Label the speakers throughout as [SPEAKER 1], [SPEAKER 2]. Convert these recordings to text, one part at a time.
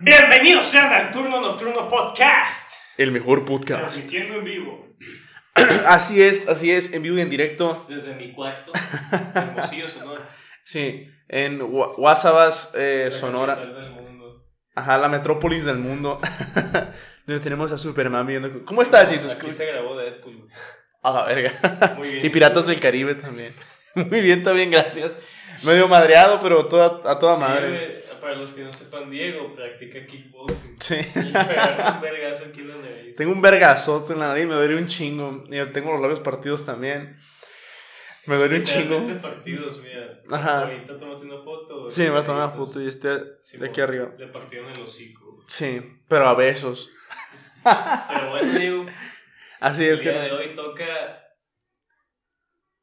[SPEAKER 1] Bienvenidos sean al Turno Nocturno Podcast.
[SPEAKER 2] El mejor podcast.
[SPEAKER 1] Transmitiendo en vivo
[SPEAKER 2] Así es, así es, en vivo y en directo.
[SPEAKER 1] desde mi cuarto, Hermosillo, Sonora.
[SPEAKER 2] Sí, en Gua- Guasabas, eh, Sonora.
[SPEAKER 1] Capital del mundo.
[SPEAKER 2] Ajá, la metrópolis del mundo. Donde tenemos a Superman viendo. ¿Cómo estás, Jesus?
[SPEAKER 1] Aquí se grabó Deadpool. güey.
[SPEAKER 2] A la verga.
[SPEAKER 1] Muy bien.
[SPEAKER 2] Y Piratas del Caribe también. Muy bien, también, gracias. Medio madreado, pero toda, a toda
[SPEAKER 1] Sí,
[SPEAKER 2] madre.
[SPEAKER 1] güey, Para los que no sepan, Diego practica kickboxing.
[SPEAKER 2] Sí.
[SPEAKER 1] Y pegar un vergazo aquí en la nariz.
[SPEAKER 2] Tengo un vergazote en la nariz, me duele un chingo. Y tengo los labios partidos también. Me duele un chingo.
[SPEAKER 1] Literalmente partidos, mira.
[SPEAKER 2] Ajá.
[SPEAKER 1] Ahorita tómate una foto. güey.
[SPEAKER 2] Sí, me va a tomar una foto y este de aquí arriba.
[SPEAKER 1] Le partieron el hocico. güey.
[SPEAKER 2] Sí, pero a besos.
[SPEAKER 1] Pero bueno, Diego,
[SPEAKER 2] Así
[SPEAKER 1] el
[SPEAKER 2] es
[SPEAKER 1] día de
[SPEAKER 2] que.
[SPEAKER 1] hoy toca.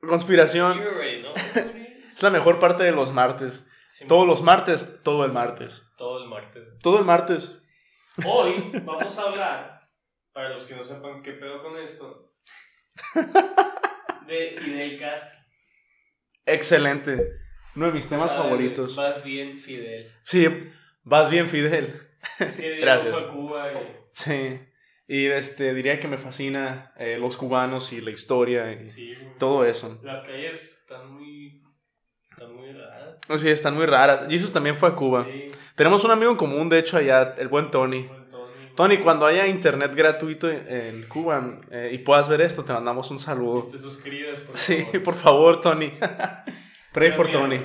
[SPEAKER 1] You
[SPEAKER 2] Conspiración
[SPEAKER 1] already know.
[SPEAKER 2] Ah. es la mejor parte de los martes. Todos los martes, todo el martes.
[SPEAKER 1] Todo el martes.
[SPEAKER 2] Todo el martes.
[SPEAKER 1] Hoy vamos a hablar, para los que no sepan qué pedo con esto, de Fidel Castro.
[SPEAKER 2] Excelente. Uno de mis temas
[SPEAKER 1] ¿Sabes?
[SPEAKER 2] favoritos.
[SPEAKER 1] Vas bien, Fidel.
[SPEAKER 2] Sí, vas bien, Fidel.
[SPEAKER 1] Es que Diego
[SPEAKER 2] Gracias.
[SPEAKER 1] fue a Cuba y-
[SPEAKER 2] Sí. Y este, diría que me fascina eh, los cubanos y la historia y
[SPEAKER 1] sí, güey.
[SPEAKER 2] todo eso.
[SPEAKER 1] Las calles están muy. están muy raras.
[SPEAKER 2] O sea, están muy raras. Jesus también fue a Cuba.
[SPEAKER 1] Sí,
[SPEAKER 2] Tenemos un amigo en común, de hecho, allá, el buen Tony.
[SPEAKER 1] como el Tony.
[SPEAKER 2] Tony, cuando haya internet gratuito en Cuba eh, y puedas ver esto, te mandamos un saludo.
[SPEAKER 1] Te suscribes, por
[SPEAKER 2] Sí,
[SPEAKER 1] favor.
[SPEAKER 2] por favor, Tony. Pray
[SPEAKER 1] Pero
[SPEAKER 2] for
[SPEAKER 1] mira,
[SPEAKER 2] Tony.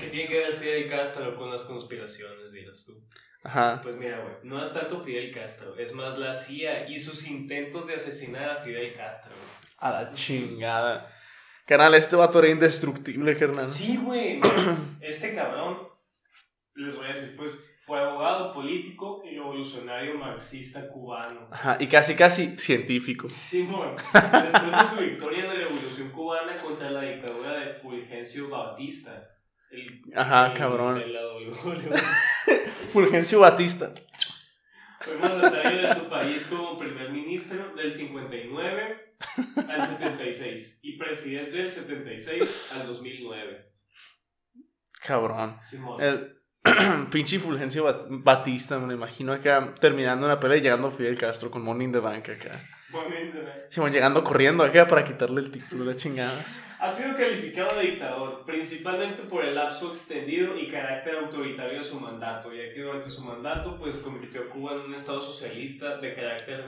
[SPEAKER 1] ¿Qué tiene que ver Fidel Castro con las conspiraciones, dirás tú?
[SPEAKER 2] Ajá.
[SPEAKER 1] Pues mira, güey, no es tanto Fidel Castro, es más la CIA y sus intentos de asesinar a Fidel Castro. güey.
[SPEAKER 2] A la chingada. Carnal, este vato era indestructible, carnal.
[SPEAKER 1] Sí, güey. mira, Este cabrón, les voy a decir, pues, fue abogado político y revolucionario marxista cubano.
[SPEAKER 2] Ajá, y casi, casi científico.
[SPEAKER 1] Simón, después de su victoria en la Revolución Cubana contra la dictadura de Fulgencio Bautista. El,
[SPEAKER 2] Ajá,
[SPEAKER 1] el-
[SPEAKER 2] Ah, cabrón.
[SPEAKER 1] el AW.
[SPEAKER 2] Fulgencio Batista.
[SPEAKER 1] Fue mandatario de su país como primer ministro del 59 al 76 y presidente del 76 al 2009.
[SPEAKER 2] Cabrón.
[SPEAKER 1] Simón.
[SPEAKER 2] El pinche Fulgencio Bat- Batista, me lo imagino acá terminando una pelea y llegando Fidel Castro con Money in the Bank acá.
[SPEAKER 1] Bueno, ¿verdad?
[SPEAKER 2] Simón llegando corriendo acá para quitarle el título de la chingada.
[SPEAKER 1] Ha sido calificado de dictador, principalmente por el lapso extendido y carácter autoritario de su mandato, ya que durante su mandato pues convirtió a Cuba en un estado socialista de carácter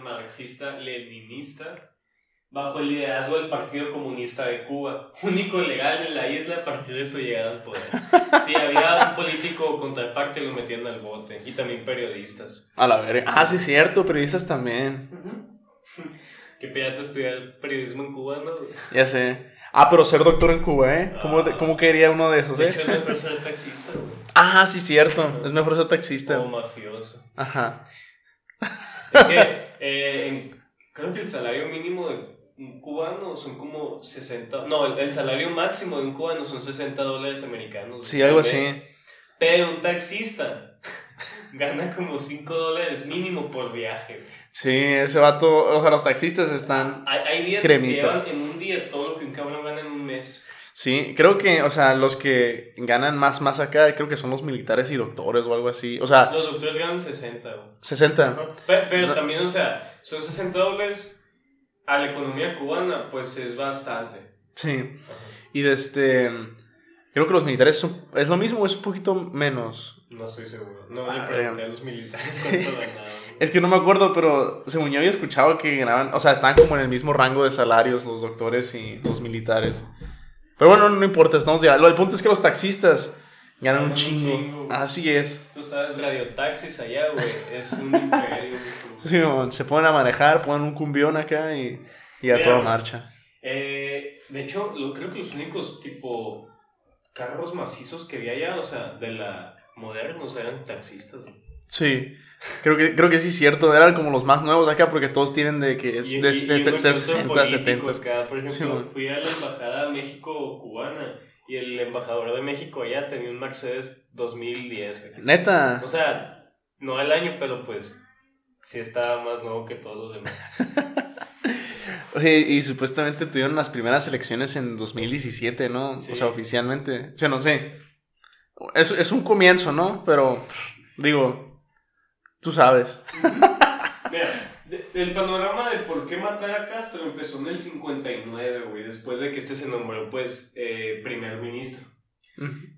[SPEAKER 1] marxista-leninista bajo el liderazgo del Partido Comunista de Cuba, único legal en la isla a partir de su llegada al poder. Si había un político o contraparte lo metían al bote y también periodistas.
[SPEAKER 2] A la verga. Ah, sí, es cierto, periodistas también.
[SPEAKER 1] Que pedías estudiar periodismo en Cuba, ¿no?
[SPEAKER 2] Ya sé. Ah, pero ser doctor en Cuba, ¿eh? ¿Cómo, te- cómo quería uno de esos,
[SPEAKER 1] De hecho,
[SPEAKER 2] eh?
[SPEAKER 1] es mejor ser taxista, güey.
[SPEAKER 2] Ah, sí, cierto. Es mejor ser taxista.
[SPEAKER 1] O mafioso.
[SPEAKER 2] Ajá.
[SPEAKER 1] Es que eh, en- creo que el salario mínimo de un cubano son como 60. No, el, el salario máximo de un cubano son 60 dólares americanos.
[SPEAKER 2] Sí,
[SPEAKER 1] al
[SPEAKER 2] algo
[SPEAKER 1] mes.
[SPEAKER 2] así.
[SPEAKER 1] Pero un taxista gana como 5 dólares mínimo por viaje.
[SPEAKER 2] Sí, ese vato, o sea, los taxistas están...
[SPEAKER 1] Hay, hay días que se
[SPEAKER 2] Cremita.
[SPEAKER 1] llevan en un día todo lo que un cabrón gana en un mes.
[SPEAKER 2] Sí, creo que, o sea, los que ganan más, más acá, creo que son los militares y doctores o algo así. O sea,
[SPEAKER 1] Los doctores ganan 60, güey.
[SPEAKER 2] 60.
[SPEAKER 1] Ajá. Pe- Pero
[SPEAKER 2] No.
[SPEAKER 1] también, o sea, son 60 dólares a la economía cubana, pues es bastante.
[SPEAKER 2] Sí.
[SPEAKER 1] Ajá.
[SPEAKER 2] Y de este... Creo que los militares son- es lo mismo, es un poquito menos.
[SPEAKER 1] No estoy seguro. No
[SPEAKER 2] Ah,
[SPEAKER 1] le pregunté a los militares cuánto ganaban.
[SPEAKER 2] Es que no me acuerdo, pero según yo había escuchado que ganaban, o sea, están como en el mismo rango de salarios los doctores y los militares. Pero bueno, no importa, estamos ya. Lo, el punto es que los taxistas ganan un
[SPEAKER 1] Ganan un chingo,
[SPEAKER 2] chingo.
[SPEAKER 1] güey.
[SPEAKER 2] Así es.
[SPEAKER 1] Tú sabes, radiotaxis allá, güey. Es un imperio. güey.
[SPEAKER 2] Sí, mon, se ponen a manejar, ponen un cumbión acá y, y a
[SPEAKER 1] Mira,
[SPEAKER 2] toda
[SPEAKER 1] güey.
[SPEAKER 2] marcha.
[SPEAKER 1] Eh, de hecho, lo, creo que los únicos tipo carros macizos que vi allá, o sea, de la modernos eran taxistas. güey.
[SPEAKER 2] Sí. Creo que, creo que sí es cierto. Eran como los más nuevos acá porque todos tienen de que es
[SPEAKER 1] Y-
[SPEAKER 2] de, este,
[SPEAKER 1] y- y
[SPEAKER 2] de-
[SPEAKER 1] uno que
[SPEAKER 2] de
[SPEAKER 1] otro
[SPEAKER 2] 60,
[SPEAKER 1] político
[SPEAKER 2] 70.
[SPEAKER 1] acá. Por ejemplo,
[SPEAKER 2] güey.
[SPEAKER 1] fui a la embajada México-Cubana y el embajador de México allá tenía un Mercedes 2010. güey.
[SPEAKER 2] Neta.
[SPEAKER 1] O sea, no el año, pero pues sí estaba más nuevo que todos los demás.
[SPEAKER 2] Oye, y supuestamente tuvieron las primeras elecciones en 2017, ¿no?
[SPEAKER 1] Sí.
[SPEAKER 2] O sea, oficialmente. O sea, no sé. Es, es un comienzo, ¿no? Pero Digo, tú sabes.
[SPEAKER 1] Mira, de- el panorama de por qué matar a Castro empezó en el 59, güey, después de que este se nombró, pues, eh, primer ministro.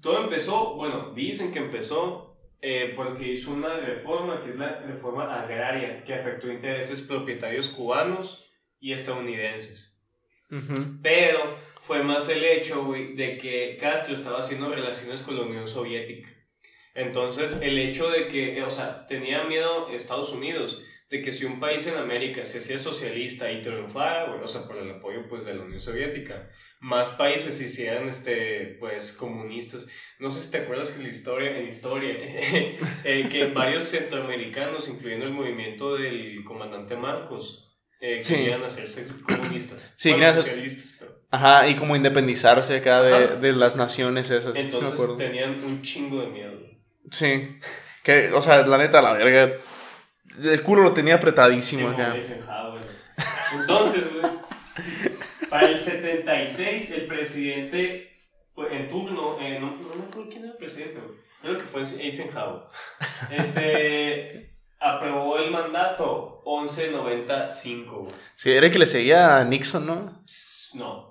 [SPEAKER 1] Todo empezó, bueno, dicen que empezó eh, porque hizo una reforma, que es la reforma agraria, que afectó intereses propietarios cubanos y estadounidenses.
[SPEAKER 2] Ujú.
[SPEAKER 1] Pero fue más el hecho, güey, de que Castro estaba haciendo relaciones con la Unión Soviética. Entonces, el hecho de que, eh, o sea, tenía miedo Estados Unidos de que si un país en América se hacía socialista y triunfara, güey, o sea, por el apoyo, pues, de la Unión Soviética, más países se hicieran, este, pues, comunistas. No sé si te acuerdas que en la historia, en historia, eh, que varios centroamericanos, incluyendo el movimiento del comandante Marcos, eh,
[SPEAKER 2] Sí.
[SPEAKER 1] querían hacerse comunistas.
[SPEAKER 2] Sí,
[SPEAKER 1] Bueno,
[SPEAKER 2] gracias.
[SPEAKER 1] socialistas, pero-
[SPEAKER 2] Ajá, y como independizarse acá
[SPEAKER 1] Ajá.
[SPEAKER 2] de, de las naciones esas. sí me
[SPEAKER 1] Entonces
[SPEAKER 2] acuerdo.
[SPEAKER 1] tenían un chingo de miedo.
[SPEAKER 2] Sí. Que, o sea, la neta, la verga. El culo lo tenía apretadísimo
[SPEAKER 1] Simón
[SPEAKER 2] acá.
[SPEAKER 1] Eisenhower. Entonces, güey, para el 76, el presidente fue en turno, eh, no, no me acuerdo quién era el presidente, güey. creo que fue Eisenhower, este, aprobó el mandato 1195. güey.
[SPEAKER 2] Sí, era el que le seguía a Nixon, ¿no?
[SPEAKER 1] No.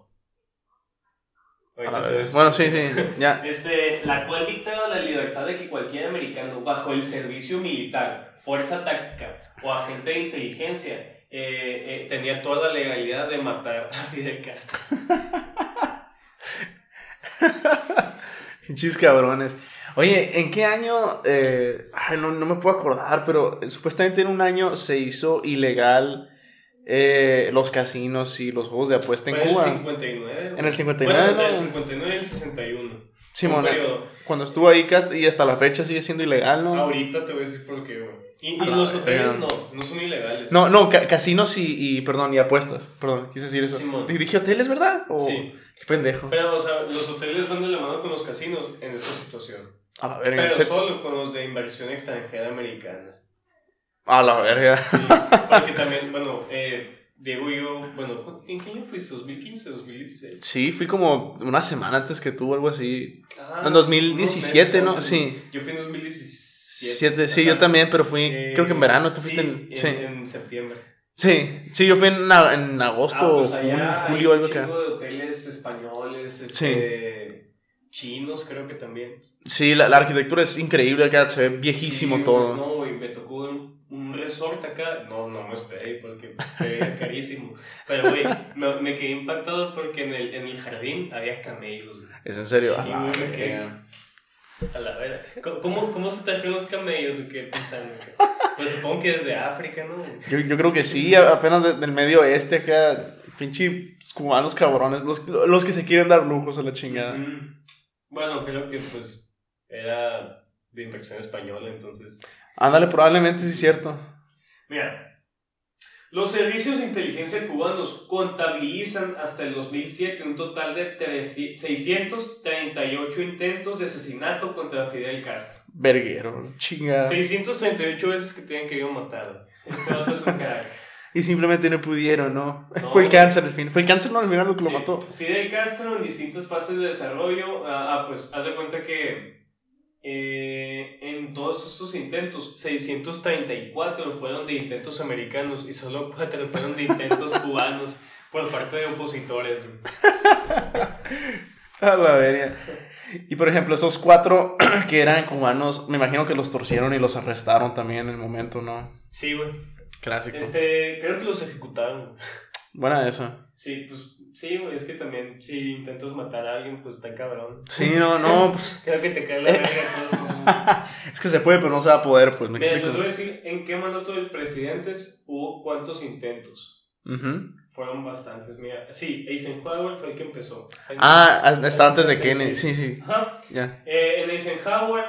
[SPEAKER 2] A
[SPEAKER 1] Ahorita
[SPEAKER 2] la
[SPEAKER 1] te
[SPEAKER 2] verga.
[SPEAKER 1] ves.
[SPEAKER 2] Bueno, sí, sí, ya.
[SPEAKER 1] Este, la cual dictaba la libertad de que cualquier americano bajo el servicio militar, fuerza táctica o agente de inteligencia eh, eh, tenía toda la legalidad de matar a Fidel Castro.
[SPEAKER 2] Chis cabrones. Oye, ¿en qué año? eh, ay, no, no me puedo acordar, pero eh, supuestamente en un año se hizo ilegal eh, los casinos y los juegos de apuesta
[SPEAKER 1] Fue
[SPEAKER 2] en Cuba.
[SPEAKER 1] En el 59.
[SPEAKER 2] En el 59,
[SPEAKER 1] Bueno, entre el
[SPEAKER 2] ¿no?
[SPEAKER 1] 59 y el 61.
[SPEAKER 2] Simón,
[SPEAKER 1] Un periodo.
[SPEAKER 2] cuando estuvo ahí Cast- y hasta la fecha sigue siendo ilegal, ¿no?
[SPEAKER 1] Ahorita te voy a decir por qué, güey. Y, y
[SPEAKER 2] A la
[SPEAKER 1] los hoteles
[SPEAKER 2] verga.
[SPEAKER 1] no, no son ilegales.
[SPEAKER 2] Ah, No, no, ca- casinos y, y, perdón, y apuestas. Perdón, quise decir eso.
[SPEAKER 1] Simón.
[SPEAKER 2] D- Dije hoteles, ¿verdad? O-
[SPEAKER 1] Sí,
[SPEAKER 2] Qué pendejo.
[SPEAKER 1] pero o sea, los hoteles van de la mano con los casinos en esta situación.
[SPEAKER 2] A la verga.
[SPEAKER 1] Pero
[SPEAKER 2] en serio.
[SPEAKER 1] solo con los de inversión extranjera americana.
[SPEAKER 2] A la verga.
[SPEAKER 1] Sí, porque también, bueno, eh, Diego y yo, bueno, ¿cu- ¿en qué año fuiste? ¿2015, 2016?
[SPEAKER 2] Sí, fui como una semana antes que tú, algo así.
[SPEAKER 1] Ah,
[SPEAKER 2] en 2017,
[SPEAKER 1] unos
[SPEAKER 2] ¿no?
[SPEAKER 1] meses
[SPEAKER 2] Sí.
[SPEAKER 1] antes. Yo fui en 2017.
[SPEAKER 2] Siete, sí, yo
[SPEAKER 1] Ajá.
[SPEAKER 2] también, pero fui,
[SPEAKER 1] Eh,
[SPEAKER 2] creo que en verano, tú
[SPEAKER 1] sí,
[SPEAKER 2] fuiste en,
[SPEAKER 1] en,
[SPEAKER 2] sí.
[SPEAKER 1] en septiembre.
[SPEAKER 2] sí, sí, yo fui en, a- en agosto,
[SPEAKER 1] Ah, pues
[SPEAKER 2] o
[SPEAKER 1] allá
[SPEAKER 2] jun- julio,
[SPEAKER 1] hay un
[SPEAKER 2] algo que.
[SPEAKER 1] chingo de hoteles españoles, este, chinos creo que también.
[SPEAKER 2] Sí, la, la arquitectura es increíble acá, se ve viejísimo
[SPEAKER 1] Sí,
[SPEAKER 2] todo.
[SPEAKER 1] No, y me tocó un, un resort acá. No, no me esperé porque pues, se veía carísimo. Pero, güey, me, me quedé impactado porque en el, en el jardín había camellos, güey.
[SPEAKER 2] Es en serio.
[SPEAKER 1] Sí,
[SPEAKER 2] a la
[SPEAKER 1] güey, me quedé-
[SPEAKER 2] verga.
[SPEAKER 1] A la verga. ¿Cómo- ¿Cómo, cómo se trajeron los camellos? Me quedé pensando. güey? Pues supongo que desde África, ¿no?
[SPEAKER 2] Yo, yo creo que sí, a- apenas de- del medio oeste acá, pinche cubanos cabrones, los, los que se quieren dar lujos a la chingada.
[SPEAKER 1] Mm. Bueno, creo que pues era de inversión española, entonces.
[SPEAKER 2] Ándale, probablemente sí es cierto.
[SPEAKER 1] Mira, los servicios de inteligencia cubanos contabilizan hasta el 2007 un total de 300 638 intentos de asesinato contra Fidel Castro.
[SPEAKER 2] Verguero, chingada.
[SPEAKER 1] 638 veces que te han querido matar. Este dato es un crack.
[SPEAKER 2] Y simplemente no pudieron, ¿no?
[SPEAKER 1] No.
[SPEAKER 2] Fue el cáncer al fin. Fue el cáncer, no, al final lo que
[SPEAKER 1] Sí.
[SPEAKER 2] lo mató.
[SPEAKER 1] Fidel Castro en distintas fases de desarrollo, ah, ah, pues haz de cuenta que eh, en todos estos intentos, 634 fueron de intentos americanos y solo 4 fueron de intentos cubanos por parte de opositores. güey.
[SPEAKER 2] A la verga. Y por ejemplo, esos cuatro que eran cubanos, me imagino que los torcieron y los arrestaron también en el momento, ¿no?
[SPEAKER 1] Sí, güey.
[SPEAKER 2] Clásico.
[SPEAKER 1] Este, creo que los ejecutaron. güey.
[SPEAKER 2] Buena esa.
[SPEAKER 1] Sí, pues sí, güey, es que también si intentas matar a alguien, pues está cabrón.
[SPEAKER 2] Sí, no, no, pues
[SPEAKER 1] Creo que te cae la verga. entonces, güey.
[SPEAKER 2] es que se puede, pero no se va a poder, pues me
[SPEAKER 1] Mira, les voy a
[SPEAKER 2] explico.
[SPEAKER 1] decir en qué mandato del presidente hubo cuántos intentos.
[SPEAKER 2] Ujú.
[SPEAKER 1] Fueron bastantes, mira. Sí, Eisenhower fue el que empezó.
[SPEAKER 2] Ah, ah, está antes de Kennedy. Sí, sí,
[SPEAKER 1] Ajá.
[SPEAKER 2] ya.
[SPEAKER 1] Eh, en Eisenhower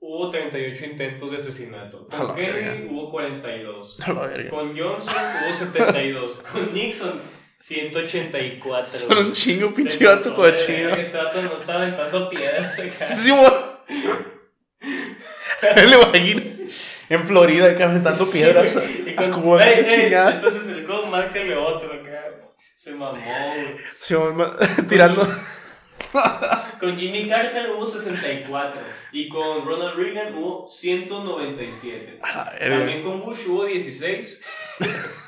[SPEAKER 1] hubo 38 intentos de asesinato.
[SPEAKER 2] A
[SPEAKER 1] Con
[SPEAKER 2] la
[SPEAKER 1] Kennedy
[SPEAKER 2] verga.
[SPEAKER 1] hubo 42.
[SPEAKER 2] A la verga.
[SPEAKER 1] Con Johnson hubo 72. Con Nixon, 184.
[SPEAKER 2] Son un chingo,
[SPEAKER 1] Se
[SPEAKER 2] pinche vato
[SPEAKER 1] pasó de verga,
[SPEAKER 2] cochino.
[SPEAKER 1] Este vato nos está aventando piedras acá.
[SPEAKER 2] Sí, mo- Me lo imagino. En Florida, acá aventando
[SPEAKER 1] Sí,
[SPEAKER 2] piedras.
[SPEAKER 1] güey. Y con,
[SPEAKER 2] Ah, como
[SPEAKER 1] "Ey, ey,
[SPEAKER 2] chingada".
[SPEAKER 1] este se acercó, márcale otro acá. Se mamó, güey.
[SPEAKER 2] Sí, mo- tirando.
[SPEAKER 1] Con Jimmy Carter hubo 64 y con Ronald Reagan hubo 197.
[SPEAKER 2] Ah,
[SPEAKER 1] También con Bush hubo 16.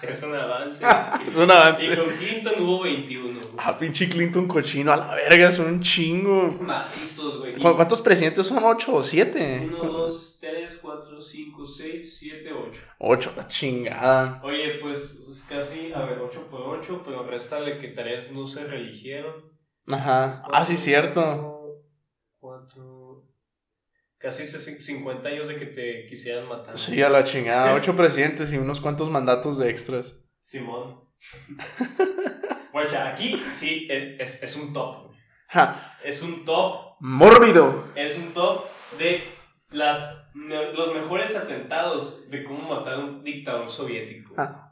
[SPEAKER 1] es un avance.
[SPEAKER 2] Es un
[SPEAKER 1] Y
[SPEAKER 2] avance.
[SPEAKER 1] con Clinton hubo 21. güey.
[SPEAKER 2] Ah, pinche Clinton cochino, a la verga, son un chingo.
[SPEAKER 1] Macizos, güey.
[SPEAKER 2] ¿Cu- ¿Cuántos presidentes son? ¿Ocho o siete?
[SPEAKER 1] 1, 2, 3, 4, 5, 6, 7, 8.
[SPEAKER 2] Ocho, la chingada.
[SPEAKER 1] Oye, pues es casi, a ver, 8 por 8, pero réstale que tareas no se religieron.
[SPEAKER 2] Ajá. Ah, sí, cierto.
[SPEAKER 1] 4. Casi hace cin- 50 años de que te quisieran matar.
[SPEAKER 2] Sí, a la chingada. Ocho presidentes y unos cuantos mandatos de extras.
[SPEAKER 1] Simón. Guacha, aquí sí es, es, es un top. güey.
[SPEAKER 2] Ja.
[SPEAKER 1] Es un top,
[SPEAKER 2] Mórbido.
[SPEAKER 1] es un top de las, me- los mejores atentados de cómo matar a un dictador soviético.
[SPEAKER 2] Ah,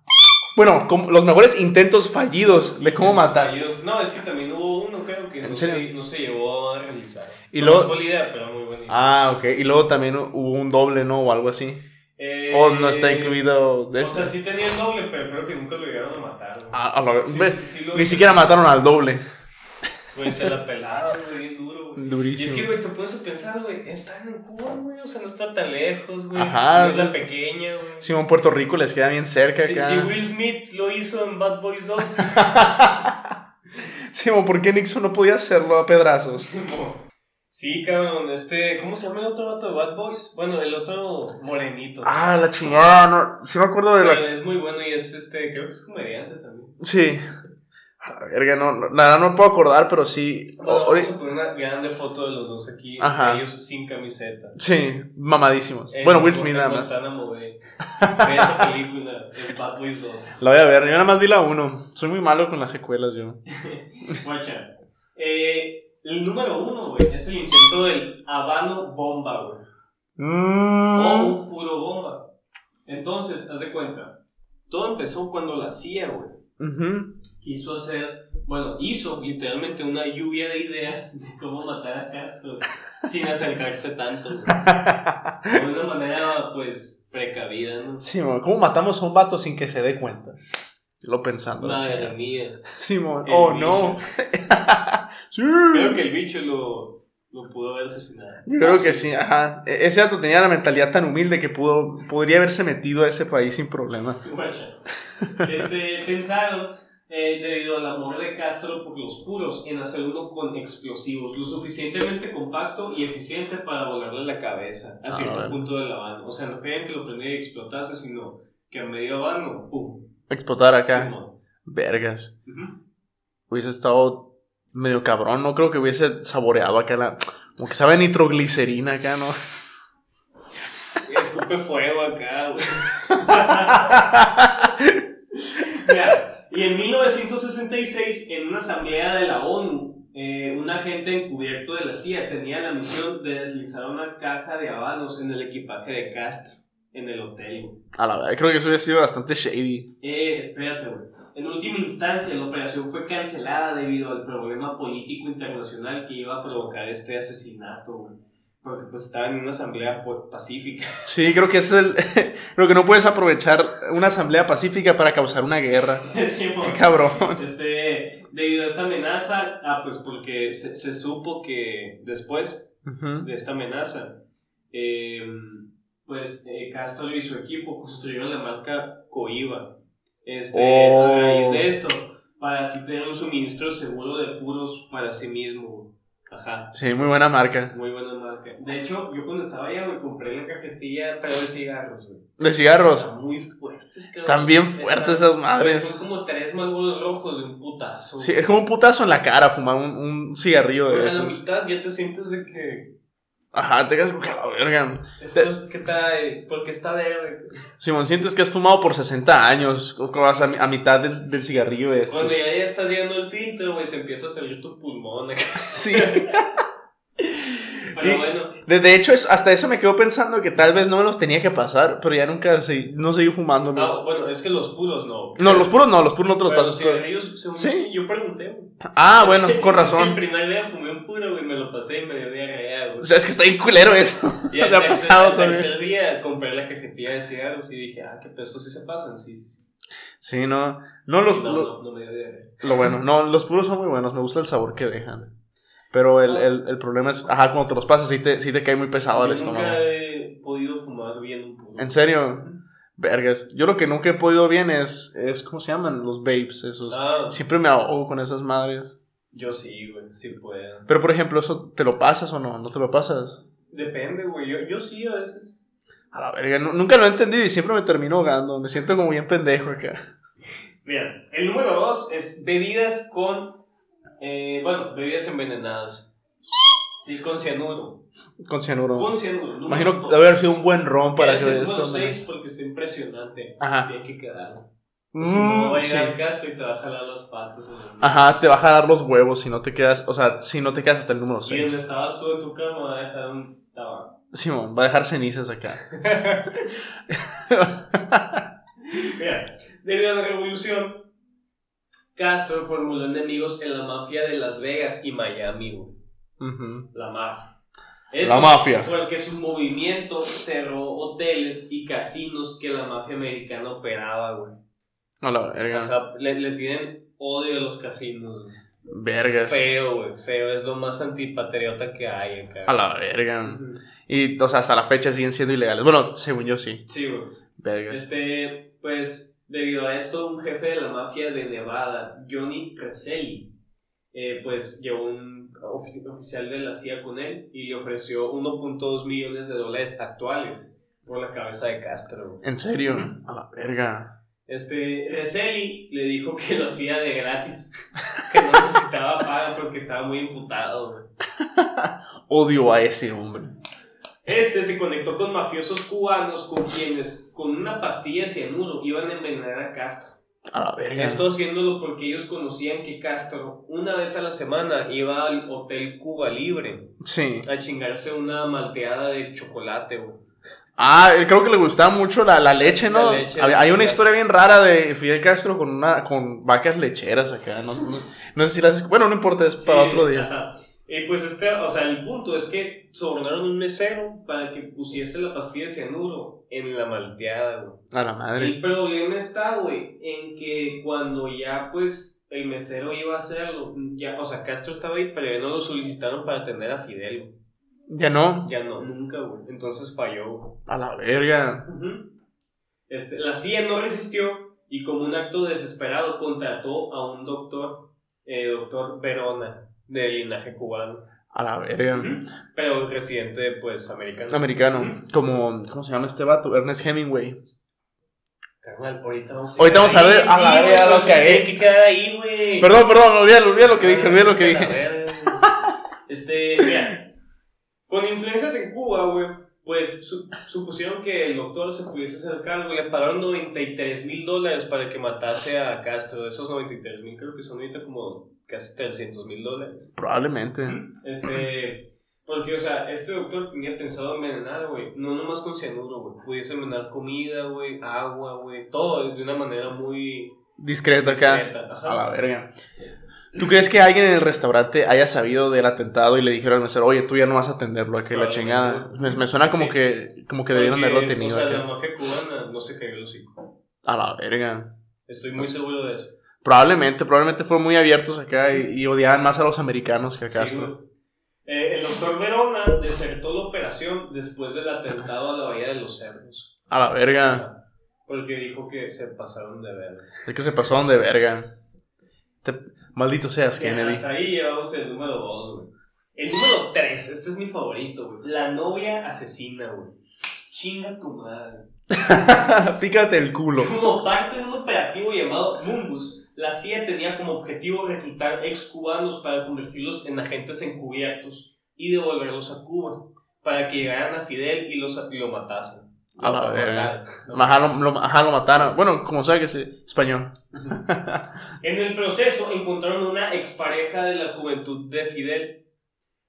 [SPEAKER 2] Bueno, como los mejores intentos fallidos de cómo matar.
[SPEAKER 1] Fallidos. No, es que también hubo uno, creo que
[SPEAKER 2] ¿En
[SPEAKER 1] no
[SPEAKER 2] serio?
[SPEAKER 1] se, no se llevó a realizar.
[SPEAKER 2] Y
[SPEAKER 1] No
[SPEAKER 2] luego-
[SPEAKER 1] es buena idea, pero muy buena idea.
[SPEAKER 2] Ah, ok. Y luego también hubo un doble, ¿no? O algo así.
[SPEAKER 1] Eh,
[SPEAKER 2] O no está incluido de
[SPEAKER 1] O sea,
[SPEAKER 2] eso.
[SPEAKER 1] sí tenía el doble, pero creo que nunca lo llegaron a matar. güey.
[SPEAKER 2] Ah, a la-
[SPEAKER 1] Sí,
[SPEAKER 2] ve,
[SPEAKER 1] sí, sí lo-
[SPEAKER 2] Ni siquiera mataron al doble.
[SPEAKER 1] Güey, se la pelaron, güey, bien duro, güey. Y es que,
[SPEAKER 2] Durísimo.
[SPEAKER 1] güey, te pones a pensar, güey, están en Cuba, güey, o sea, no está tan lejos, güey.
[SPEAKER 2] Ajá,
[SPEAKER 1] No es la
[SPEAKER 2] pues-
[SPEAKER 1] pequeña, güey.
[SPEAKER 2] Simón Puerto Rico les queda bien cerca
[SPEAKER 1] Si,
[SPEAKER 2] acá.
[SPEAKER 1] si Will Smith lo hizo en Bad Boys 2,
[SPEAKER 2] Simón, ¿por qué Nixon no podía hacerlo a pedrazos?
[SPEAKER 1] como- Sí, cabrón, este, ¿cómo se llama el otro vato de Bad Boys? Bueno, el otro morenito.
[SPEAKER 2] Ah, la chingada, no. Sí me acuerdo de la...
[SPEAKER 1] Pero Es muy bueno y es, este, creo que es comediante también.
[SPEAKER 2] Sí. A la verga, no, no, la verdad no me puedo acordar, pero sí.
[SPEAKER 1] Bueno,
[SPEAKER 2] O- ori-
[SPEAKER 1] vamos a poner una grande foto de los dos aquí,
[SPEAKER 2] Ajá.
[SPEAKER 1] ellos sin camiseta.
[SPEAKER 2] Sí, mamadísimos.
[SPEAKER 1] En-
[SPEAKER 2] Bueno, Will Smith
[SPEAKER 1] en
[SPEAKER 2] nada más.
[SPEAKER 1] Guantánamo Bay. Ve esa película, es Bad Boys 2.
[SPEAKER 2] La voy a ver, yo nada más vi la 1. Soy muy malo con las secuelas, yo.
[SPEAKER 1] Guacha. Eh, el número uno, güey, es el intento del habano bomba, güey. O
[SPEAKER 2] Mm.
[SPEAKER 1] un puro bomba. Entonces, haz de cuenta. Todo empezó cuando la CIA, güey,
[SPEAKER 2] Ujú.
[SPEAKER 1] quiso hacer, bueno, hizo literalmente una lluvia de ideas de cómo matar a Castro sin acercarse tanto, güey. De una manera, pues, precavida, ¿no?
[SPEAKER 2] Simón, ¿cómo matamos a un vato sin que se dé cuenta? Lo pensando. la
[SPEAKER 1] Madre
[SPEAKER 2] chingada.
[SPEAKER 1] mía.
[SPEAKER 2] Simón,
[SPEAKER 1] El
[SPEAKER 2] oh
[SPEAKER 1] bicho.
[SPEAKER 2] no. sí.
[SPEAKER 1] Creo que el bicho lo, lo pudo haber asesinado.
[SPEAKER 2] Yo creo que sí, ajá. E- Ese vato tenía la mentalidad tan humilde que pudo, podría haberse metido a ese país sin problema.
[SPEAKER 1] Guacha. Este, pensaron, eh, debido al amor de Castro por los puros, en hacer uno con explosivos, lo suficientemente compacto y eficiente para volarle la cabeza a
[SPEAKER 2] Ah,
[SPEAKER 1] cierto
[SPEAKER 2] bueno.
[SPEAKER 1] punto del habano. O sea, no creían que lo prendiera y explotase, sino que a medio habano, ¡pum!
[SPEAKER 2] Explotar acá.
[SPEAKER 1] Simón.
[SPEAKER 2] Vergas.
[SPEAKER 1] Ujú.
[SPEAKER 2] Hubiese estado medio cabrón. No creo que hubiese saboreado acá la. Como que sabe a nitroglicerina acá, ¿no?
[SPEAKER 1] Escupe fuego acá, güey. Ya, y en 1966, en una asamblea de la ONU, eh, un agente encubierto de la CIA tenía la misión de deslizar una caja de habanos en el equipaje de Castro, en el hotel. güey.
[SPEAKER 2] A la verdad, creo que eso hubiera sido bastante shady.
[SPEAKER 1] Eh, espérate, güey. En última instancia, la operación fue cancelada debido al problema político internacional que iba a provocar este asesinato, güey. Porque pues estaban en una asamblea po- pacífica.
[SPEAKER 2] Sí, creo que es el. creo que no puedes aprovechar una asamblea pacífica para causar una guerra.
[SPEAKER 1] Sí,
[SPEAKER 2] Qué
[SPEAKER 1] güey.
[SPEAKER 2] cabrón.
[SPEAKER 1] Este, debido a esta amenaza, ah, pues porque se, se supo que después
[SPEAKER 2] Ujú.
[SPEAKER 1] de esta amenaza, eh, pues eh, Castro y su equipo construyeron la marca Coiba. Este,
[SPEAKER 2] Oh.
[SPEAKER 1] a raíz de esto, para así tener un suministro seguro de puros para sí mismo. Ajá,
[SPEAKER 2] Sí, muy buena marca.
[SPEAKER 1] muy buena marca. De hecho, yo cuando estaba allá me compré la cajetilla, pero de cigarros, güey.
[SPEAKER 2] De cigarros.
[SPEAKER 1] Están muy fuertes, cabrón.
[SPEAKER 2] Están bien fuertes
[SPEAKER 1] Están-
[SPEAKER 2] esas madres.
[SPEAKER 1] Son como tres malvados rojos de un putazo.
[SPEAKER 2] Sí,
[SPEAKER 1] güey.
[SPEAKER 2] es como un putazo en la cara fumar un, un cigarrillo
[SPEAKER 1] Pero
[SPEAKER 2] de
[SPEAKER 1] a la
[SPEAKER 2] esos.
[SPEAKER 1] mitad ya te sientes de que.
[SPEAKER 2] Ajá, te quedas como que a la verga.
[SPEAKER 1] Esto es que trae. Porque está verde.
[SPEAKER 2] Simón, sientes que has fumado por 60 años. O que vas a, mi- a mitad del, del cigarrillo este.
[SPEAKER 1] Cuando ya, ya estás llegando el filtro, güey, se empieza a salir tu pulmón. acá.
[SPEAKER 2] Sí.
[SPEAKER 1] Pero
[SPEAKER 2] Y-
[SPEAKER 1] bueno, ah,
[SPEAKER 2] De, de hecho, es- hasta eso me quedo pensando que tal vez no me los tenía que pasar, pero ya nunca seguí, no seguí fumándolos.
[SPEAKER 1] no, bueno, es que los puros no.
[SPEAKER 2] No, los puros no, los puros no te los
[SPEAKER 1] Pero
[SPEAKER 2] pasas.
[SPEAKER 1] sí,
[SPEAKER 2] todo.
[SPEAKER 1] ellos, según
[SPEAKER 2] Sí.
[SPEAKER 1] sí, yo pregunté. güey.
[SPEAKER 2] Ah, bueno,
[SPEAKER 1] Es que-
[SPEAKER 2] con
[SPEAKER 1] es que El
[SPEAKER 2] razón.
[SPEAKER 1] primer día fumé un puro, güey, me lo pasé y me dio diarrea, güey.
[SPEAKER 2] O sea, es que está bien culero eso.
[SPEAKER 1] Y al
[SPEAKER 2] me ha
[SPEAKER 1] tercer-
[SPEAKER 2] pasado
[SPEAKER 1] al
[SPEAKER 2] también.
[SPEAKER 1] tercer día compré la cajetilla de cigarros y dije, ah, que pero estos sí se pasan, sí. sí.
[SPEAKER 2] Sí, no. No, los.
[SPEAKER 1] no,
[SPEAKER 2] lo-
[SPEAKER 1] no, no me dio diarrea.
[SPEAKER 2] Lo bueno, no, los puros son muy buenos, me gusta el sabor que dejan. Pero el, el, el problema es, ajá, cuando te los pasas, sí te, sí te cae muy pesado el
[SPEAKER 1] Ah. Yo
[SPEAKER 2] estómago.
[SPEAKER 1] Nunca he podido fumar bien un puro.
[SPEAKER 2] ¿En serio? Vergas. Yo lo que nunca he podido bien es, es ¿cómo se llaman? Los vapes, esos.
[SPEAKER 1] Ah,
[SPEAKER 2] Siempre me ahogo con esas madres.
[SPEAKER 1] yo sí, güey, sí puedo.
[SPEAKER 2] Pero, por ejemplo, ¿eso te lo pasas o no? ¿No te lo pasas?
[SPEAKER 1] Depende, güey. Yo, yo sí a veces.
[SPEAKER 2] A la verga, nu- nunca lo he entendido y siempre me termino ahogando. Me siento como bien pendejo acá.
[SPEAKER 1] Mira, el número dos es bebidas con. eh, bueno, bebidas envenenadas. Sí, con cianuro.
[SPEAKER 2] Con cianuro.
[SPEAKER 1] Con cianuro. número
[SPEAKER 2] Imagino
[SPEAKER 1] dos.
[SPEAKER 2] debe haber sido un buen ron para
[SPEAKER 1] Es
[SPEAKER 2] que
[SPEAKER 1] el
[SPEAKER 2] esto
[SPEAKER 1] número
[SPEAKER 2] me-
[SPEAKER 1] 6 porque está impresionante.
[SPEAKER 2] Ajá.
[SPEAKER 1] Tiene que quedar.
[SPEAKER 2] Mm,
[SPEAKER 1] si no, va a
[SPEAKER 2] sí.
[SPEAKER 1] llegar Castro y te va a jalar las patas. en el-
[SPEAKER 2] Ajá, te va a jalar los huevos si no te quedas, o sea, si no te quedas hasta el número
[SPEAKER 1] Y donde
[SPEAKER 2] 6.
[SPEAKER 1] estabas tú en tu cama va a dejar un tabaco.
[SPEAKER 2] Simón, va a dejar cenizas acá.
[SPEAKER 1] Mira, debido a la revolución, Castro formuló enemigos en la mafia de Las Vegas y Miami, güey.
[SPEAKER 2] Ujú.
[SPEAKER 1] La mafia.
[SPEAKER 2] La mafia.
[SPEAKER 1] Porque su movimiento cerró hoteles y casinos que la mafia americana operaba, güey.
[SPEAKER 2] A la verga.
[SPEAKER 1] Ajá, le, le tienen odio a los casinos, güey.
[SPEAKER 2] Vergas.
[SPEAKER 1] Feo, güey, feo. Es lo más antipatriota que hay acá.
[SPEAKER 2] A la verga.
[SPEAKER 1] Ujú.
[SPEAKER 2] Y, o sea, hasta la fecha siguen siendo ilegales. Bueno, según yo sí.
[SPEAKER 1] Sí, güey.
[SPEAKER 2] Vergas.
[SPEAKER 1] Este, pues, debido a esto, un jefe de la mafia de Nevada, Johnny Preselli, eh, pues llevó un ofi- oficial de la CIA con él y le ofreció 1.2 millones de dólares actuales por la cabeza de Castro. güey.
[SPEAKER 2] En serio. A la verga.
[SPEAKER 1] Este, Preselli le dijo que lo hacía de gratis, que no necesitaba paga porque estaba muy imputado, güey.
[SPEAKER 2] Odio a ese hombre.
[SPEAKER 1] Este se conectó con mafiosos cubanos con quienes con una pastilla de cianuro iban a envenenar a Castro.
[SPEAKER 2] A la verga.
[SPEAKER 1] Esto haciéndolo porque ellos conocían que Castro una vez a la semana iba al Hotel Cuba Libre
[SPEAKER 2] Sí.
[SPEAKER 1] a chingarse una malteada de chocolate, güey.
[SPEAKER 2] Ah, eh, creo que le gustaba mucho la, la leche, ¿no?
[SPEAKER 1] La leche.
[SPEAKER 2] Había- Hay una historia bien rara de Fidel Castro con una con vacas lecheras acá. No, no- no sé si las... Bueno, no importa, es para
[SPEAKER 1] Sí,
[SPEAKER 2] otro día.
[SPEAKER 1] ajá. Y pues este, o sea, el punto es que sobornaron un mesero para que pusiese la pastilla de cianuro en la malteada, güey.
[SPEAKER 2] A la madre.
[SPEAKER 1] El problema está, güey, en que cuando ya, pues, el mesero iba a hacerlo, ya, o sea, Castro estaba ahí, pero ya no lo solicitaron para atender a Fidel, güey.
[SPEAKER 2] Ya no.
[SPEAKER 1] Ya no, nunca, güey. Entonces falló, güey.
[SPEAKER 2] A la verga.
[SPEAKER 1] Ujú. Este, la CIA no resistió y como un acto desesperado contrató a un doctor, eh, doctor Verona, de linaje cubano,
[SPEAKER 2] A la verga.
[SPEAKER 1] Ujú. pero un residente, pues, americano.
[SPEAKER 2] Americano. Como... ¿Cómo se llama este vato? Ernest Hemingway.
[SPEAKER 1] Carnal, ahorita vamos
[SPEAKER 2] Ahorita vamos a ver-
[SPEAKER 1] Sí,
[SPEAKER 2] a la
[SPEAKER 1] güey,
[SPEAKER 2] verga, lo
[SPEAKER 1] o sea,
[SPEAKER 2] cagué.
[SPEAKER 1] Hay que quedar ahí, güey.
[SPEAKER 2] Perdón, perdón. Olvidé, olvidé lo que dije. Olvidé lo que
[SPEAKER 1] A
[SPEAKER 2] dije.
[SPEAKER 1] ver, Este, mira, con influencias en Cuba, güey, pues su- supusieron que el doctor se pudiese hacer cargo. Le pagaron 93 mil dólares para que matase a Castro. De esos 93 mil, creo que son ahorita como casi 300 mil dólares.
[SPEAKER 2] Probablemente.
[SPEAKER 1] Este, porque, o sea, este doctor tenía pensado envenenar, güey, no nomás con cianuro, güey. Pudiese envenenar comida, güey, agua, güey, todo de una manera muy
[SPEAKER 2] Discreto acá.
[SPEAKER 1] discreta. Ajá.
[SPEAKER 2] A la verga. ¿Tú crees que alguien en el restaurante haya sabido del atentado y le dijeron al mesero, oye, tú ya no vas a atenderlo aquí, la
[SPEAKER 1] Probablemente.
[SPEAKER 2] chingada? Me, me suena como
[SPEAKER 1] Sí.
[SPEAKER 2] que como que debieron
[SPEAKER 1] Porque,
[SPEAKER 2] haberlo tenido.
[SPEAKER 1] O sea,
[SPEAKER 2] acá.
[SPEAKER 1] la mafia cubana no se cayó el hocico.
[SPEAKER 2] A la verga.
[SPEAKER 1] Estoy
[SPEAKER 2] Ah,
[SPEAKER 1] muy seguro de eso.
[SPEAKER 2] Probablemente, probablemente fueron muy abiertos acá y, y odiaban más a los americanos que a
[SPEAKER 1] Sí,
[SPEAKER 2] Castro.
[SPEAKER 1] güey. Eh, el doctor Verona desertó la operación después del atentado a la Bahía de los Cerdos.
[SPEAKER 2] a la verga.
[SPEAKER 1] Porque dijo que se pasaron de verga.
[SPEAKER 2] Es que se pasaron de verga. Te- Maldito seas,
[SPEAKER 1] Mira,
[SPEAKER 2] Kennedy.
[SPEAKER 1] Hasta ahí llevamos el número 2, güey. El número 3, este es mi favorito, güey. La novia asesina, güey. Chinga tu madre.
[SPEAKER 2] Pícate el culo.
[SPEAKER 1] Como parte de un operativo llamado Mungus, la CIA tenía como objetivo reclutar ex cubanos para convertirlos en agentes encubiertos y devolverlos a Cuba para que llegaran a Fidel y, los, y lo matasen.
[SPEAKER 2] A la
[SPEAKER 1] Lo
[SPEAKER 2] verga.
[SPEAKER 1] mataron, lo
[SPEAKER 2] Ajá
[SPEAKER 1] matasen.
[SPEAKER 2] lo, lo- ajá, lo mataron. Bueno, como sabe que es eh, español.
[SPEAKER 1] En el proceso encontraron una expareja de la juventud de Fidel.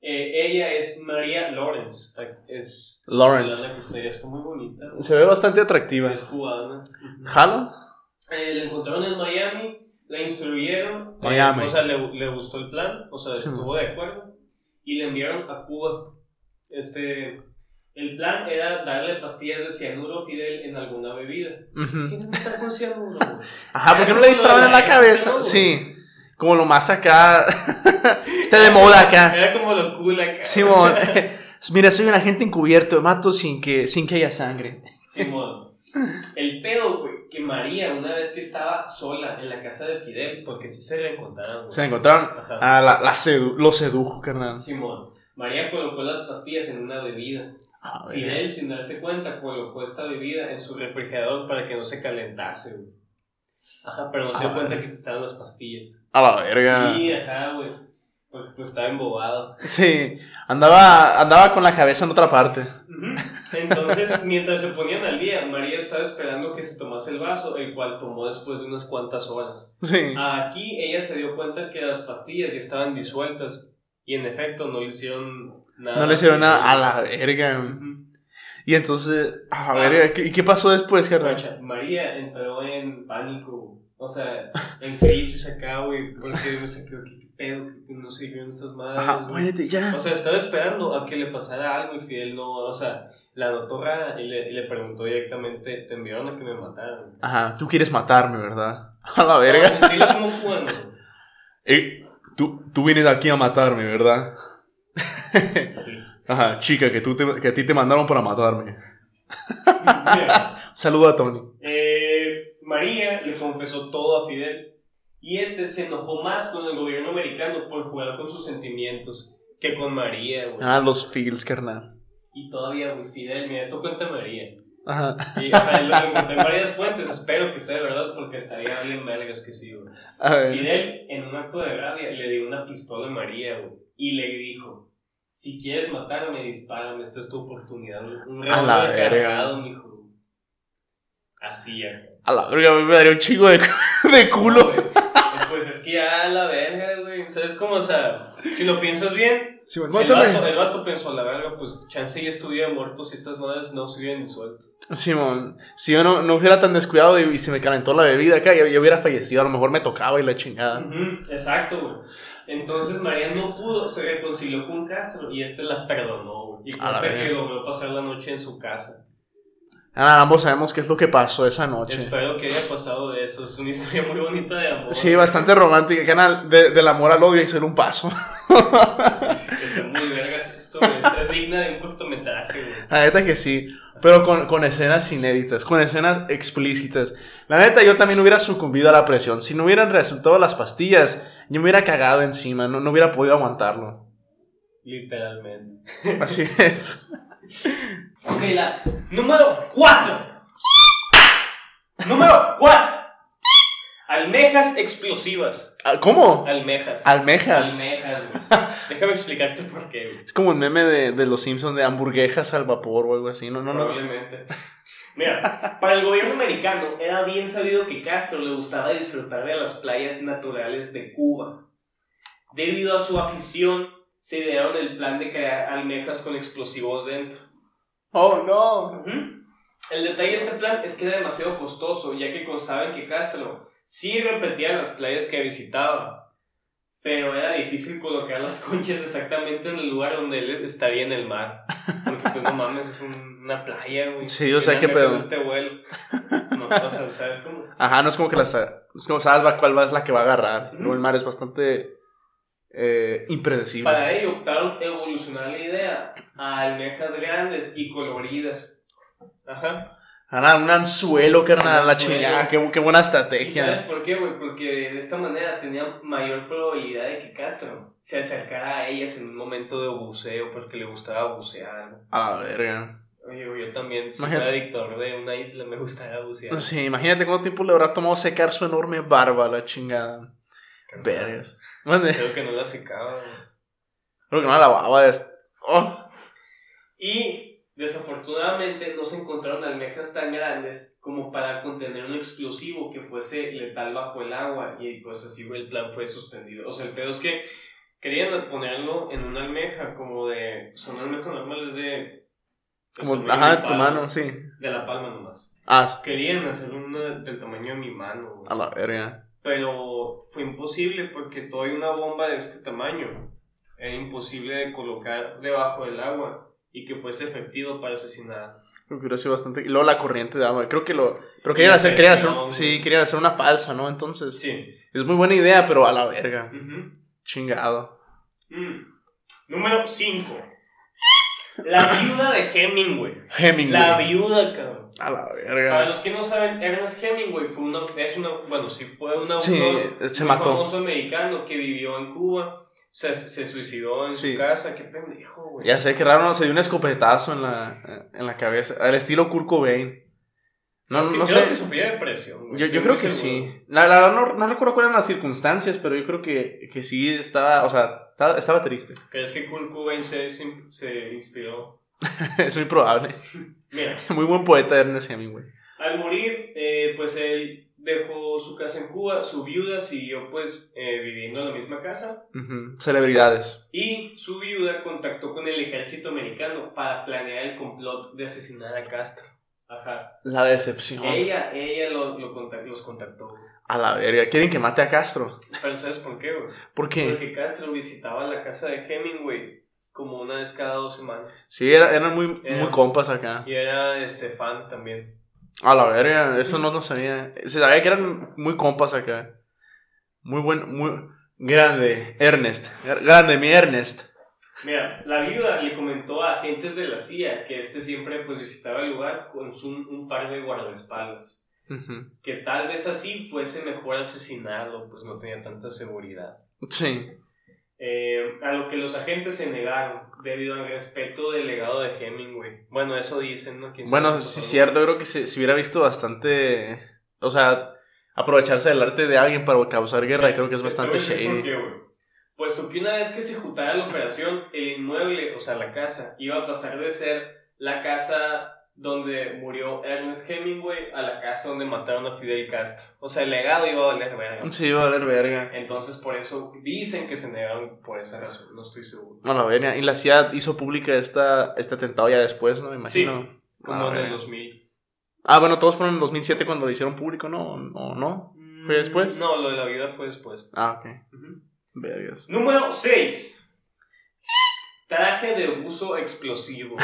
[SPEAKER 1] Eh, ella es María Lawrence. Es
[SPEAKER 2] Lawrence.
[SPEAKER 1] la que está, está muy bonita.
[SPEAKER 2] Se ve bastante atractiva.
[SPEAKER 1] Es cubana.
[SPEAKER 2] ¿Jalo?
[SPEAKER 1] Eh, la encontraron en Miami, la instruyeron, eh,
[SPEAKER 2] Miami.
[SPEAKER 1] o sea, le, le gustó el plan, o sea,
[SPEAKER 2] Sí,
[SPEAKER 1] estuvo de acuerdo, y le enviaron a Cuba. Este, el plan era darle pastillas de cianuro a Fidel en alguna bebida.
[SPEAKER 2] Ujú.
[SPEAKER 1] ¿Quién está con cianuro? güey?
[SPEAKER 2] Ajá, ¿por qué no le disparaban en la cabeza? Sí. como lo más acá. Está de moda acá.
[SPEAKER 1] Era como lo cool acá.
[SPEAKER 2] Simón, mira, soy un agente encubierto, mato sin que, sin que haya sangre.
[SPEAKER 1] Simón. El pedo, güey, que María una vez que estaba sola en la casa de Fidel, porque sí se la encontraron, güey.
[SPEAKER 2] Se la encontraron.
[SPEAKER 1] Ajá.
[SPEAKER 2] Ah, la, la sedu- lo sedujo, carnal.
[SPEAKER 1] Simón. María colocó las pastillas en una bebida.
[SPEAKER 2] A ver.
[SPEAKER 1] Fidel, sin darse cuenta, colocó esta bebida en su refrigerador para que no se calentase, güey. Ajá, pero no se
[SPEAKER 2] Ah,
[SPEAKER 1] dio cuenta
[SPEAKER 2] vale.
[SPEAKER 1] que estaban las pastillas.
[SPEAKER 2] A la verga.
[SPEAKER 1] Sí, ajá, güey. Porque pues estaba embobado.
[SPEAKER 2] Sí, andaba, andaba con la cabeza en otra parte.
[SPEAKER 1] Entonces, mientras se ponían al día, María estaba esperando que se tomase el vaso, el cual tomó después de unas cuantas horas.
[SPEAKER 2] Sí.
[SPEAKER 1] Aquí ella se dio cuenta que las pastillas ya estaban disueltas y en efecto no le hicieron nada.
[SPEAKER 2] No le hicieron nada a la verga.
[SPEAKER 1] Ujú.
[SPEAKER 2] Y entonces, a
[SPEAKER 1] Ah.
[SPEAKER 2] la verga, ¿qué, qué pasó después, carnal?
[SPEAKER 1] Guacha, María entró en pánico, o sea, en crisis acá, güey, porque no sé qué, qué pedo, que no sé qué en estas madres.
[SPEAKER 2] Ajá,
[SPEAKER 1] güey.
[SPEAKER 2] muérete ya.
[SPEAKER 1] O sea, estaba esperando a que le pasara algo y Fidel no, o sea, la doctora y le, y le preguntó directamente, te enviaron a que me mataran.
[SPEAKER 2] Ajá, tú quieres matarme, ¿verdad? A la verga.
[SPEAKER 1] No, dile cómo fue, ¿no?
[SPEAKER 2] Eh, tú, tú vienes aquí a matarme, ¿verdad?
[SPEAKER 1] Sí.
[SPEAKER 2] Ajá, chica, que, tú te- que a ti te mandaron para matarme.
[SPEAKER 1] Mira.
[SPEAKER 2] Saludo a Tony.
[SPEAKER 1] Eh, María le confesó todo a Fidel y este se enojó más con el gobierno americano por jugar con sus sentimientos que con María, güey.
[SPEAKER 2] Ah, los feels, carnal.
[SPEAKER 1] Y todavía, güey, Fidel, mira, esto cuenta María.
[SPEAKER 2] Ajá.
[SPEAKER 1] Y, o sea, lo encontré en varias fuentes, espero que sea de verdad porque estaría bien vergas que sí, güey.
[SPEAKER 2] A ver.
[SPEAKER 1] Fidel, en un acto de rabia, le dio una pistola a María, güey, y le dijo, si quieres matarme, dispárame, esta es tu oportunidad, güey. Un
[SPEAKER 2] A la
[SPEAKER 1] revólver
[SPEAKER 2] verga.
[SPEAKER 1] cargado, mijo. Así, ya.
[SPEAKER 2] A la verga, me daría un chingo de, cu- de
[SPEAKER 1] No,
[SPEAKER 2] culo.
[SPEAKER 1] güey. Pues es que ya la verga, güey. O sea, es como, o sea, si lo piensas bien,
[SPEAKER 2] Sí,
[SPEAKER 1] el vato, el vato pensó a la verga, pues chance ya estuviera muerto si estas madres no se hubieran disuelto.
[SPEAKER 2] Simón, si yo no, no fuera tan descuidado y, y se me calentó la bebida acá, yo, yo hubiera fallecido. A lo mejor me tocaba y la chingada.
[SPEAKER 1] Ujú, Exacto, güey. Entonces María no pudo, se reconcilió con Castro y este la perdonó, güey. Y
[SPEAKER 2] A la
[SPEAKER 1] cuenta que
[SPEAKER 2] verga.
[SPEAKER 1] logró pasar la noche en su casa.
[SPEAKER 2] Ah, ambos sabemos qué es lo que pasó esa noche.
[SPEAKER 1] Espero que haya pasado de eso. Es una historia muy bonita de amor.
[SPEAKER 2] Sí, bastante romántica. Canal de, del amor al odio y ser un paso.
[SPEAKER 1] Está muy vergas esto, güey. Esta Es digna de un cortometraje, güey.
[SPEAKER 2] La neta que sí. Pero con, con escenas inéditas, con escenas explícitas. La neta, yo también hubiera sucumbido a la presión. Si no hubieran resultado las pastillas, yo me hubiera cagado encima. No, no hubiera podido aguantarlo.
[SPEAKER 1] Literalmente.
[SPEAKER 2] Así es.
[SPEAKER 1] Ok, la número 4. Número 4. Almejas explosivas.
[SPEAKER 2] Ah, ¿Cómo?
[SPEAKER 1] Almejas.
[SPEAKER 2] Almejas.
[SPEAKER 1] Almejas, güey. Déjame explicarte por qué, güey.
[SPEAKER 2] Es como el meme de, de los Simpsons de hamburguesas al vapor o algo así. No, no, no.
[SPEAKER 1] Probablemente. Mira, para el gobierno americano era bien sabido que Castro le gustaba disfrutar de las playas naturales de Cuba. Debido a su afición, se idearon el plan de crear almejas con explosivos dentro.
[SPEAKER 2] Oh, no.
[SPEAKER 1] Ujú. El detalle de este plan es que era demasiado costoso, ya que constaba en que Castro sí repetía las playas que visitaba, pero era difícil colocar las conchas exactamente en el lugar donde él estaría en el mar. Porque, pues, no mames, es un- una playa, güey.
[SPEAKER 2] Sí, o sea,
[SPEAKER 1] Una
[SPEAKER 2] qué
[SPEAKER 1] meta
[SPEAKER 2] pedo.
[SPEAKER 1] es este vuelo. No, o sea, ¿sabes cómo?
[SPEAKER 2] Ajá, no es como que las. Es como sabes va- cuál va- es la que va a agarrar.
[SPEAKER 1] Ujú.
[SPEAKER 2] Luego el mar es bastante. eh, impredecible.
[SPEAKER 1] Para ello optaron evolucionar la idea a almejas grandes y coloridas. Ajá.
[SPEAKER 2] Ana, un anzuelo, carnal,
[SPEAKER 1] Un
[SPEAKER 2] la
[SPEAKER 1] anzuelo.
[SPEAKER 2] chingada. Qué, bu- qué buena
[SPEAKER 1] ¿Y sabes
[SPEAKER 2] estrategia.
[SPEAKER 1] por qué, güey? Porque de esta manera tenía mayor probabilidad de que Castro se acercara a ellas en un momento de buceo porque le gustaba bucear.
[SPEAKER 2] A la verga.
[SPEAKER 1] Oye, güey, yo también, si
[SPEAKER 2] Imagínate. Pues
[SPEAKER 1] fuera dictador de una isla, me gustaría bucear.
[SPEAKER 2] Sí, imagínate cuánto tiempo le habrá tomado secar su enorme barba, la chingada.
[SPEAKER 1] Carnal,
[SPEAKER 2] Vergas. Mande.
[SPEAKER 1] Creo que no la secaba, güey.
[SPEAKER 2] Creo que no la baba es. Oh,
[SPEAKER 1] Y desafortunadamente no se encontraron almejas tan grandes como para contener un explosivo que fuese letal bajo el agua. Y pues así güey, el plan fue suspendido. O sea, el pedo es que querían ponerlo en una almeja como de. Son almejas normales de.
[SPEAKER 2] como,
[SPEAKER 1] del tamaño de mi
[SPEAKER 2] ajá, tu
[SPEAKER 1] palma,
[SPEAKER 2] mano, sí.
[SPEAKER 1] De la palma nomás.
[SPEAKER 2] Ah,
[SPEAKER 1] Querían hacer una del tamaño de mi mano. güey.
[SPEAKER 2] a la verga.
[SPEAKER 1] Pero fue imposible porque todavía una bomba de este tamaño era imposible de colocar debajo del agua y que fuese efectivo para asesinar
[SPEAKER 2] Creo que hubiera sido bastante. Y luego la corriente de agua. Creo que lo. Pero querían hacer, querían hacer. un- Sí, querían hacer una falsa, ¿no? Entonces.
[SPEAKER 1] Sí.
[SPEAKER 2] Es muy buena idea, pero a la verga.
[SPEAKER 1] Ujú.
[SPEAKER 2] Chingado.
[SPEAKER 1] Mm. Número 5. La viuda de Hemingway.
[SPEAKER 2] Hemingway.
[SPEAKER 1] La viuda, cabrón.
[SPEAKER 2] A la
[SPEAKER 1] Para
[SPEAKER 2] verga.
[SPEAKER 1] los que no saben, Ernest Hemingway fue una, es una, bueno, sí fue un autor
[SPEAKER 2] Sí, eh, se
[SPEAKER 1] muy
[SPEAKER 2] mató.
[SPEAKER 1] famoso americano que vivió en Cuba, se, se suicidó en
[SPEAKER 2] Sí.
[SPEAKER 1] su casa, qué pendejo, güey.
[SPEAKER 2] Ya sé, qué raro, ¿no? se dio un escopetazo en la, en la cabeza. Al estilo Kurt Cobain. No, no,
[SPEAKER 1] Que
[SPEAKER 2] no
[SPEAKER 1] creo
[SPEAKER 2] sé.
[SPEAKER 1] que sufría de depresión. güey,
[SPEAKER 2] Yo,
[SPEAKER 1] estoy
[SPEAKER 2] yo creo
[SPEAKER 1] muy
[SPEAKER 2] que
[SPEAKER 1] seguro.
[SPEAKER 2] sí. La, la verdad no, no recuerdo cuáles eran las circunstancias, pero yo creo que, que sí estaba, o sea, estaba, estaba triste.
[SPEAKER 1] ¿Crees que Kurt Cobain se, se inspiró?
[SPEAKER 2] es muy probable.
[SPEAKER 1] Mira,
[SPEAKER 2] Muy buen poeta Ernest Hemingway.
[SPEAKER 1] al morir, eh, pues él dejó su casa en Cuba, su viuda siguió pues eh, viviendo en la misma casa.
[SPEAKER 2] Ujú. Celebridades.
[SPEAKER 1] Y su viuda contactó con el ejército americano para planear el complot de asesinar a Castro. Ajá.
[SPEAKER 2] La decepción.
[SPEAKER 1] Ella, ella lo, lo contact- los contactó. güey.
[SPEAKER 2] A la verga. Quieren que mate a Castro.
[SPEAKER 1] Pero ¿sabes por qué, güey?
[SPEAKER 2] ¿Por qué?
[SPEAKER 1] Porque Castro visitaba la casa de Hemingway como una vez cada dos semanas.
[SPEAKER 2] Sí, era- eran muy,
[SPEAKER 1] Era-
[SPEAKER 2] muy compas acá.
[SPEAKER 1] Y era este fan también.
[SPEAKER 2] A la verga. Eso no lo sabía. Se sabía que eran muy compas acá. Muy buen, muy grande. Ernest. Er- Grande, mi Ernest.
[SPEAKER 1] Mira, la viuda le comentó a agentes de la CIA que este siempre pues visitaba el lugar con su- un par de guardaespaldas.
[SPEAKER 2] Ujú.
[SPEAKER 1] Que tal vez así fuese mejor asesinarlo, pues no tenía tanta seguridad.
[SPEAKER 2] Sí.
[SPEAKER 1] Eh, a lo que los agentes se negaron debido al respeto del legado de Hemingway. Bueno, eso dicen, ¿no? ¿Quién sabe
[SPEAKER 2] Bueno,
[SPEAKER 1] si
[SPEAKER 2] sí es
[SPEAKER 1] pasó
[SPEAKER 2] cierto, yo creo que se, se hubiera visto bastante... O sea, aprovecharse del arte de alguien para causar guerra, creo que es
[SPEAKER 1] Te
[SPEAKER 2] bastante
[SPEAKER 1] voy a decir por
[SPEAKER 2] shady.
[SPEAKER 1] qué, güey. Puesto que una vez que se juntara la operación, el inmueble, o sea, la casa, iba a pasar de ser la casa donde murió Ernest Hemingway a la casa donde mataron a Fidel Castro. O sea, el legado iba a valer verga.
[SPEAKER 2] Sí, va a valer verga.
[SPEAKER 1] Entonces, por eso dicen que se negaron por esa razón, no estoy seguro.
[SPEAKER 2] A la verga. Y la CIA hizo pública esta, este atentado ya después, ¿no? Me imagino.
[SPEAKER 1] Como
[SPEAKER 2] A la
[SPEAKER 1] en el
[SPEAKER 2] verga.
[SPEAKER 1] 2000.
[SPEAKER 2] Ah, bueno, todos fueron en 2007 cuando lo hicieron público, ¿no? ¿O no? ¿Fue después?
[SPEAKER 1] No, lo de la vida fue después.
[SPEAKER 2] Ah, ok.
[SPEAKER 1] Ujú.
[SPEAKER 2] Vergas.
[SPEAKER 1] Número 6. Traje de uso explosivo.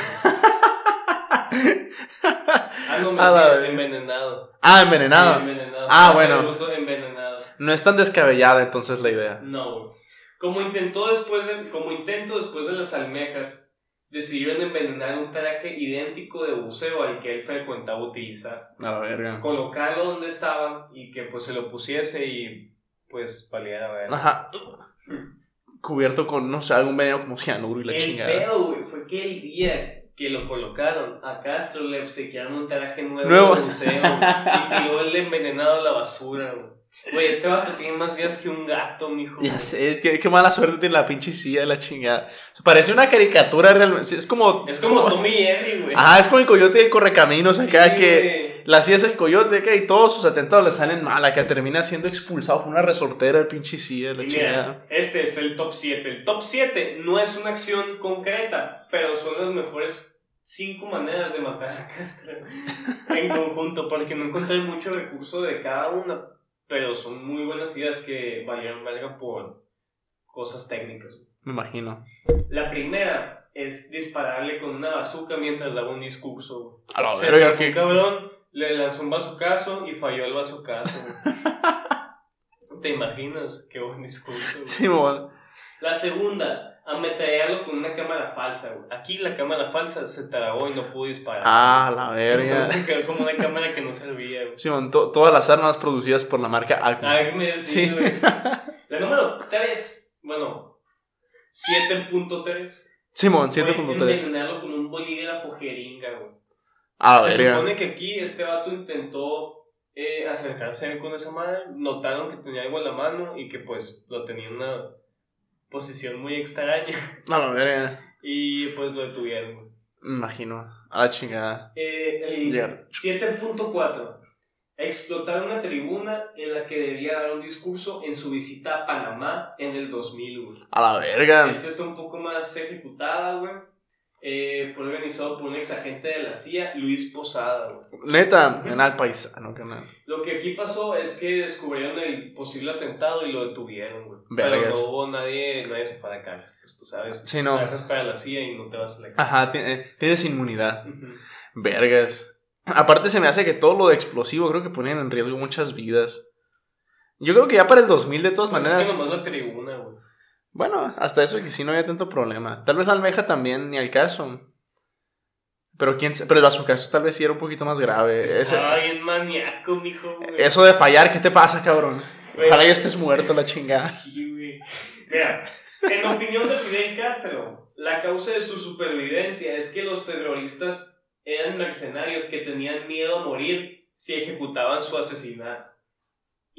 [SPEAKER 1] Ah, no,
[SPEAKER 2] A la
[SPEAKER 1] mentiras,
[SPEAKER 2] verga.
[SPEAKER 1] envenenado.
[SPEAKER 2] Ah, envenenado.
[SPEAKER 1] Sí, envenenado.
[SPEAKER 2] Ah,
[SPEAKER 1] Traje
[SPEAKER 2] bueno.
[SPEAKER 1] de uso envenenado.
[SPEAKER 2] No es tan descabellada entonces la idea.
[SPEAKER 1] No, güey. Como, intentó después de, como intento después de las almejas, decidieron envenenar un traje idéntico de buceo al que él frecuentaba utilizar.
[SPEAKER 2] A la verga.
[SPEAKER 1] Colocarlo donde estaban y que pues se lo pusiese y pues valiera ver.
[SPEAKER 2] Ajá. Cubierto con, no sé, algún veneno como cianuro y la
[SPEAKER 1] el
[SPEAKER 2] chingada.
[SPEAKER 1] pedo, güey, fue que el día que lo colocaron a Castro le obsequiaron un traje nuevo,
[SPEAKER 2] Nuevo.
[SPEAKER 1] de museo güey, y tiró el envenenado a la basura, güey. Güey, este vato tiene más vidas que un gato, mijo.
[SPEAKER 2] Ya sé, qué, qué mala suerte tiene la pinche silla de la chingada. Parece una caricatura realmente. sí, Es como.
[SPEAKER 1] Es como Tommy y Jerry, güey.
[SPEAKER 2] Ajá, es como el coyote del correcaminos
[SPEAKER 1] Sí,
[SPEAKER 2] acá que.
[SPEAKER 1] güey.
[SPEAKER 2] La CIA es el coyote acá y todos sus atentados le salen mal acá. Termina siendo expulsado por una resortera el pinche CIA de
[SPEAKER 1] Y
[SPEAKER 2] la chingada.
[SPEAKER 1] Mira, este es el top 7. El top 7 no es una acción concreta, pero son las mejores 5 maneras de matar a Castro en conjunto, porque no encontré mucho recurso de cada una, pero son muy buenas ideas que valieron verga por cosas técnicas.
[SPEAKER 2] Me imagino.
[SPEAKER 1] La primera es dispararle con una bazooka mientras daba un discurso.
[SPEAKER 2] A la
[SPEAKER 1] O sea,
[SPEAKER 2] verga,
[SPEAKER 1] sacó
[SPEAKER 2] qué
[SPEAKER 1] un cabrón le lanzó un bazucazo y falló el bazucazo. güey. ¿Te imaginas? Qué buen discurso. güey.
[SPEAKER 2] Simón.
[SPEAKER 1] La segunda, ah, ametrallarlo con una cámara falsa, güey. Aquí la cámara falsa se trabó y no pudo disparar.
[SPEAKER 2] Ah, la verga.
[SPEAKER 1] Entonces quedó como una cámara que no servía, güey.
[SPEAKER 2] Simón, to- todas las armas producidas por la marca Acme.
[SPEAKER 1] Ay, me sí,
[SPEAKER 2] Sí.
[SPEAKER 1] güey. La número 3, bueno, 7.3.
[SPEAKER 2] Simón,
[SPEAKER 1] Fue
[SPEAKER 2] 7.3.
[SPEAKER 1] envenenarlo con un bolígrafo jeringa, güey.
[SPEAKER 2] A la
[SPEAKER 1] Se
[SPEAKER 2] Ah, verga.
[SPEAKER 1] supone que aquí este vato intentó eh, acercarse a él con esa madre. Notaron que tenía algo en la mano y que pues lo tenía en una posición muy extraña.
[SPEAKER 2] A la verga.
[SPEAKER 1] Y pues lo detuvieron, güey.
[SPEAKER 2] Me imagino. A la chingada.
[SPEAKER 1] Eh, el
[SPEAKER 2] Llegar.
[SPEAKER 1] 7.4. Explotar una tribuna en la que debía dar un discurso en su visita a Panamá en el 2000, güey.
[SPEAKER 2] A la verga.
[SPEAKER 1] Esta está un poco más ejecutada, güey. Eh, fue organizado por un ex agente de la CIA, Luis Posada, güey.
[SPEAKER 2] Neta, en al ah, paisano, canal.
[SPEAKER 1] Lo que aquí pasó es que descubrieron el posible atentado y lo detuvieron, güey. Pero
[SPEAKER 2] Vergas.
[SPEAKER 1] no hubo nadie, nadie se fue a la cárcel, pues tú sabes.
[SPEAKER 2] Sí, no. Ah.
[SPEAKER 1] Trabajas para la CIA y no te vas a la cárcel.
[SPEAKER 2] Ajá, ti- eh, tienes inmunidad.
[SPEAKER 1] Ujú.
[SPEAKER 2] Vergas. Aparte se me hace que todo lo de explosivo creo que ponían en riesgo muchas vidas. Yo creo que ya para el 2000 de todas
[SPEAKER 1] Pues
[SPEAKER 2] maneras...
[SPEAKER 1] Es que nomás la tribuna, güey.
[SPEAKER 2] Bueno, hasta eso que sí no había tanto problema. Tal vez la almeja también, ni al caso. Pero quién sa- pero el bazucazo tal vez sí era un poquito más
[SPEAKER 1] Pues,
[SPEAKER 2] grave. Ese-
[SPEAKER 1] Estaba bien maníaco, mijo, güey.
[SPEAKER 2] Eh, eso de fallar, ¿qué te pasa, cabrón?
[SPEAKER 1] Güey.
[SPEAKER 2] Ojalá ya estés muerto la chingada.
[SPEAKER 1] Sí, güey. Mira, en opinión de Fidel Castro, la causa de su supervivencia es que los terroristas eran mercenarios que tenían miedo a morir si ejecutaban su asesinato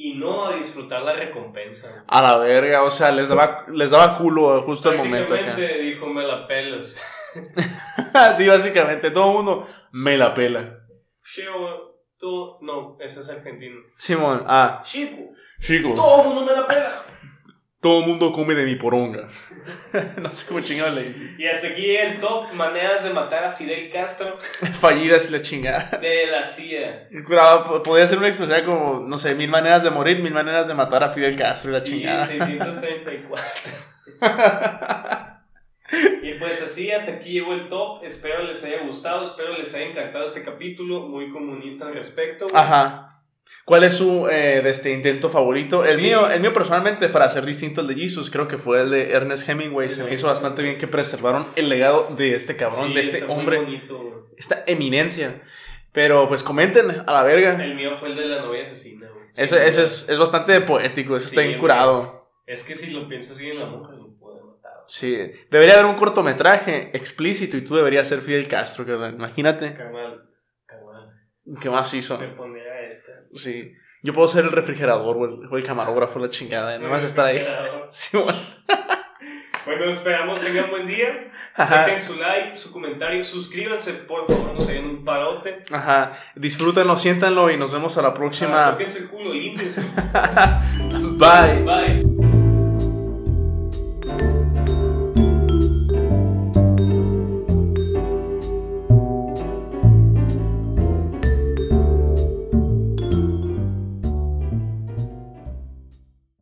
[SPEAKER 1] y no a disfrutar la recompensa.
[SPEAKER 2] A la verga, o sea, les daba, les daba culo justo el momento acá.
[SPEAKER 1] Prácticamente dijo, me la pelas.
[SPEAKER 2] sí, básicamente, todo el mundo me la pela.
[SPEAKER 1] Chico, tú, no, ese es argentino.
[SPEAKER 2] Simón, ah,
[SPEAKER 1] Chico,
[SPEAKER 2] chico,
[SPEAKER 1] todo el mundo me la pela.
[SPEAKER 2] todo el mundo come de mi poronga. no sé cómo chingado le dice.
[SPEAKER 1] Y hasta aquí el top maneras de matar a Fidel Castro
[SPEAKER 2] Fallidas y la chingada.
[SPEAKER 1] de la CIA.
[SPEAKER 2] Claro, po- podía ser una expresión como, no sé, mil maneras de morir, mil maneras de matar a Fidel Castro y la
[SPEAKER 1] sí,
[SPEAKER 2] chingada.
[SPEAKER 1] 634. y pues así, hasta aquí llegó el top. Espero les haya gustado, espero les haya encantado este capítulo, muy comunista al respecto.
[SPEAKER 2] Ah,
[SPEAKER 1] güey.
[SPEAKER 2] Ajá. ¿Cuál es su eh, de este intento favorito? El
[SPEAKER 1] Sí.
[SPEAKER 2] mío, el mío personalmente, para ser distinto al de Jesus, creo que fue el de Ernest Hemingway. Se me
[SPEAKER 1] Sí.
[SPEAKER 2] hizo bastante bien que preservaron el legado de este cabrón,
[SPEAKER 1] Sí,
[SPEAKER 2] de este
[SPEAKER 1] está muy
[SPEAKER 2] hombre,
[SPEAKER 1] bonito, güey.
[SPEAKER 2] esta eminencia. Pero pues comenten a la verga.
[SPEAKER 1] el mío fue el de la novia asesina. güey.
[SPEAKER 2] Eso-
[SPEAKER 1] Sí,
[SPEAKER 2] ese
[SPEAKER 1] güey.
[SPEAKER 2] es, es bastante poético, eso está
[SPEAKER 1] Sí,
[SPEAKER 2] bien
[SPEAKER 1] güey.
[SPEAKER 2] curado.
[SPEAKER 1] Es que si lo piensas bien, la mujer lo puede matar.
[SPEAKER 2] Sí, debería haber un cortometraje explícito y tú deberías ser Fidel Castro, carnal, imagínate.
[SPEAKER 1] Carnal, carnal,
[SPEAKER 2] ¿Qué más hizo?
[SPEAKER 1] me pondría a esta.
[SPEAKER 2] Sí. Yo puedo ser el refrigerador o el, o el camarógrafo, la chingada. ¿eh? Nada más estar ahí. Sí, bueno.
[SPEAKER 1] Bueno, esperamos tengan buen día.
[SPEAKER 2] Ajá.
[SPEAKER 1] Dejen su like, su comentario, suscríbanse, por favor, nos den un parote.
[SPEAKER 2] Ajá. Disfrútenlo, siéntanlo y nos vemos a la
[SPEAKER 1] Ah,
[SPEAKER 2] próxima.
[SPEAKER 1] Tóquense el culo y límpiense.
[SPEAKER 2] Bye.
[SPEAKER 1] Bye.